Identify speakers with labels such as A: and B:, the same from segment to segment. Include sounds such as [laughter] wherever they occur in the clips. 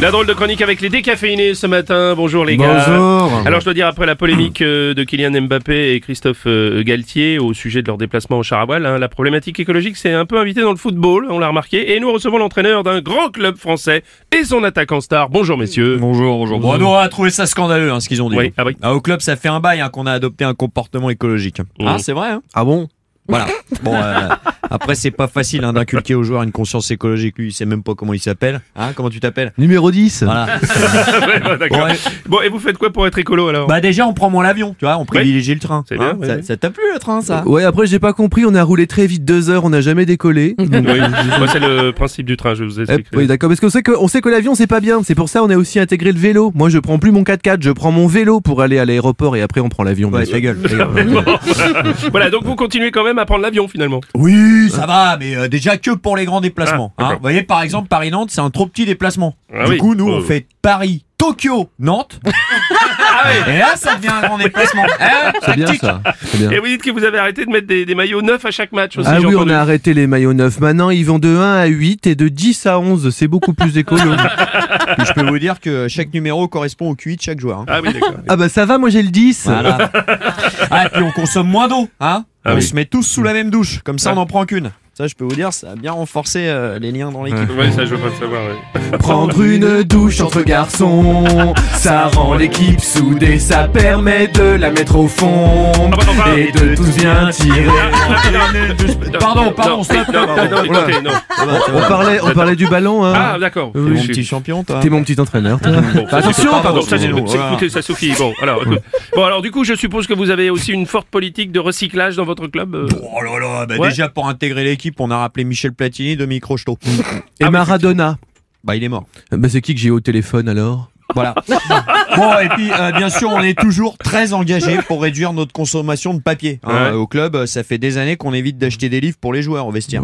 A: La drôle de chronique avec les décaféinés ce matin. Bonjour les gars.
B: Bonjour.
A: Alors je dois dire après la polémique euh, de Kylian Mbappé et Christophe euh, Galtier au sujet de leur déplacement au Charabois, hein, la problématique écologique s'est un peu invitée dans le football, on l'a remarqué, et nous recevons l'entraîneur d'un grand club français et son attaquant star. Bonjour messieurs.
B: Bonjour, bonjour.
C: Bon, nous, on a trouvé ça scandaleux, hein, ce qu'ils ont dit.
A: Oui, ah oui.
C: Ah, au club, ça fait un bail hein, qu'on a adopté un comportement écologique. Ah, c'est vrai. Hein
B: Ah bon
C: voilà. Bon, euh, après, c'est pas facile hein, d'inculquer aux joueurs une conscience écologique. Lui, il sait même pas comment il s'appelle. Hein, comment tu t'appelles
B: Numéro 10
C: Voilà.
A: [laughs] Ouais, bah, d'accord.
C: Bon, ouais.
A: Bon et vous faites quoi pour être écolo alors
C: Bah déjà, on prend moins l'avion, tu vois, on privilégie le train.
A: C'est bien,
C: Hein,
A: ouais,
C: ça
A: ouais.
C: ça t'a plu le train, ça
B: Ouais, après j'ai pas compris, on a roulé très vite deux heures, on n'a jamais décollé. Donc,
A: [laughs] Oui, moi, c'est le principe du train, je vous
B: euh, hop,
A: explique.
B: oui, d'accord, parce qu'on sait que, on sait que l'avion c'est pas bien, c'est pour ça on a aussi intégré le vélo. Moi je prends plus mon 4x4, je prends mon vélo pour aller à l'aéroport et après on prend l'avion. bien
C: Ouais,
B: sûr.
C: ta gueule. ta gueule.
A: voilà, donc vous continuez quand même à prendre l'avion finalement.
C: oui,
B: Hein
C: ça va, mais euh, déjà que pour les grands déplacements.
A: Ah,
C: hein.
A: d'accord.
C: Vous voyez, par exemple, Paris-Nantes, c'est un trop petit déplacement.
A: Ah
C: du
A: oui.
C: coup, nous, on
A: Euh.
C: fait Paris, Tokyo,
B: [laughs]
C: Nantes. Et là, ça devient un grand déplacement. Hein,
B: Ah C'est bien
C: tactique.
B: ça. C'est bien.
A: Et vous dites que vous avez arrêté de mettre des, des maillots neufs à chaque match aussi.
B: Ah
A: j'ai
B: oui, on
A: entendu.
B: a arrêté les maillots neufs. Maintenant, ils vont de 1 à 8 et de 10 à 11. C'est beaucoup plus écolo.
C: Puis je peux vous dire que chaque numéro correspond au QI de chaque joueur. hein.
A: Ah oui,
B: [laughs]
A: d'accord.
B: ah bah ça va, moi j'ai le 10.
C: Voilà. ah, et puis on consomme moins d'eau, hein
A: Ah
C: On
A: oui.
C: se met tous sous la même douche, comme
B: Ah.
C: ça on n'en prend qu'une. Ça, je peux vous dire, ça a bien renforcé euh, les liens dans l'équipe.
A: Ouais, ça je veux pas le savoir. ouais.
B: Prendre une douche entre garçons, ça rend l'équipe soudée, ça permet de la mettre au fond
A: bah, enfin.
B: et de tous bien tirer.
C: Pardon, pardon,
A: Non,
C: stop.
A: non, non, non, écoutez, non.
B: On parlait, on parlait du ballon.
A: Ah,
B: Hein.
A: d'accord.
B: Oui,
C: T'es
A: Oui,
C: mon
A: je
C: petit
A: suis-
C: champion, toi.
B: T'es mon petit entraîneur. toi.
C: Bon, ça,
B: attention,
C: c'est
B: pardon,
A: Pardon, ça, c'est-
C: Bruno,
A: c'est-
C: voilà.
A: écoutez, ça suffit. Bon, alors, écoute. bon, alors, du coup, je suppose que vous avez aussi une forte politique de recyclage dans votre club. euh.
C: Oh là là, bah
A: Ouais.
C: déjà pour intégrer l'équipe, on a rappelé Michel Platini,
A: [laughs]
C: Dominique Rocheteau.
B: Et Maradona.
C: bah il est mort.
B: Bah c'est qui que j'ai eu au téléphone alors
C: Voilà. [laughs] bon et puis euh, bien sûr on est toujours très engagé pour réduire notre consommation de papier.
A: Ouais.
C: hein. Au club, euh, ça fait des années qu'on évite d'acheter des livres pour les joueurs au
A: [laughs]
C: vestiaire.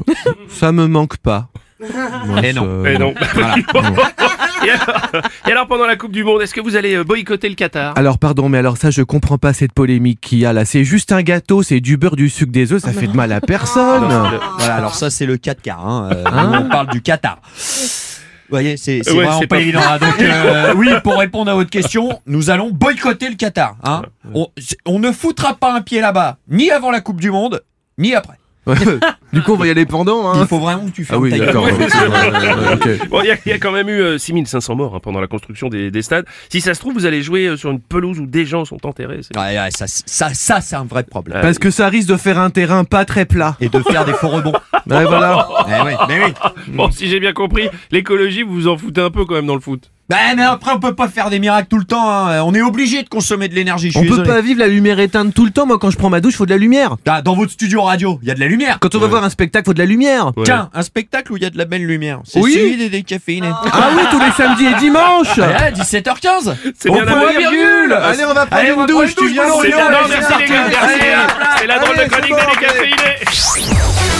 B: Ça me manque pas. euh, Moi,
C: Eh non.
B: ça-
A: Eh non. [laughs]
C: Voilà.
A: Et alors, et alors, pendant la Coupe du Monde, est-ce que vous allez euh, boycotter le Qatar
B: Alors pardon, mais alors ça je comprends pas cette polémique qu'il y a là. C'est juste un gâteau, c'est du beurre, du sucre, des œufs, ça fait de mal à personne.
C: Voilà, alors ça c'est le 4 quarts. Hein. Euh,
B: Hein
C: nous, on parle du Qatar. Vous voyez, c'est c'est
A: Ouais,
C: vraiment
A: c'est
C: pas,
A: pas-
C: évident. hein.
A: [laughs]
C: Donc, euh, oui, pour répondre à votre question, nous allons boycotter le Qatar. Hein. On, c'est- on ne foutra pas un pied là-bas, ni avant la Coupe du Monde, ni après.
B: [laughs] du coup on va y aller pendant.
C: Il
B: Hein.
C: faut vraiment que tu fasses
B: Ah oui,
C: ta gueule. [laughs]
B: d'accord. ouais, c'est vrai, ouais, ok.
A: Bon, il y, a- il y a quand même eu euh, 6500 morts hein, pendant la construction des, des stades. Si ça se trouve, vous allez jouer euh, sur une pelouse où des gens sont enterrés. c'est-
C: Ouais, ouais, ça, ça, ça c'est un vrai problème.
B: Parce que ça risque de faire un terrain pas très plat.
C: Et de faire des faux rebonds.
B: Ouais, voilà.
C: [laughs] Eh oui, mais oui.
A: Bon, si j'ai bien compris, l'écologie, vous vous en foutez un peu quand même dans le foot.
C: Bah, mais après, on peut pas faire des miracles tout le temps. hein. On est obligé de consommer de l'énergie. je suis
B: On peut
C: désolé.
B: pas vivre la lumière éteinte tout le temps. Moi, quand je prends ma douche, faut de la lumière.
C: Ah, Dans votre studio radio, il y a de la lumière.
B: Quand on va voir un spectacle, faut de la lumière.
C: Tiens, un spectacle où il y a de la belle lumière. C'est
B: Oui.
C: celui des décaféinés.
B: Ah oui, tous les samedis et dimanches.
C: Ah, 17h15
A: C'est
B: Au
A: bien la
B: point
A: bonne
B: virgule. Allez, on va prendre
C: Allez, on
B: une
C: va prendre
B: douche. Tu
C: une
B: viens,
C: douche,
B: on
A: C'est
C: Bruno,
B: vient,
A: bien, non,
C: allez,
B: on
A: merci
B: vient.
A: les gars, merci.
C: Allez, hop là.
A: C'est la drôle de
B: Allez,
A: chronique
B: c'est
A: des
B: bon,
A: décaféinés.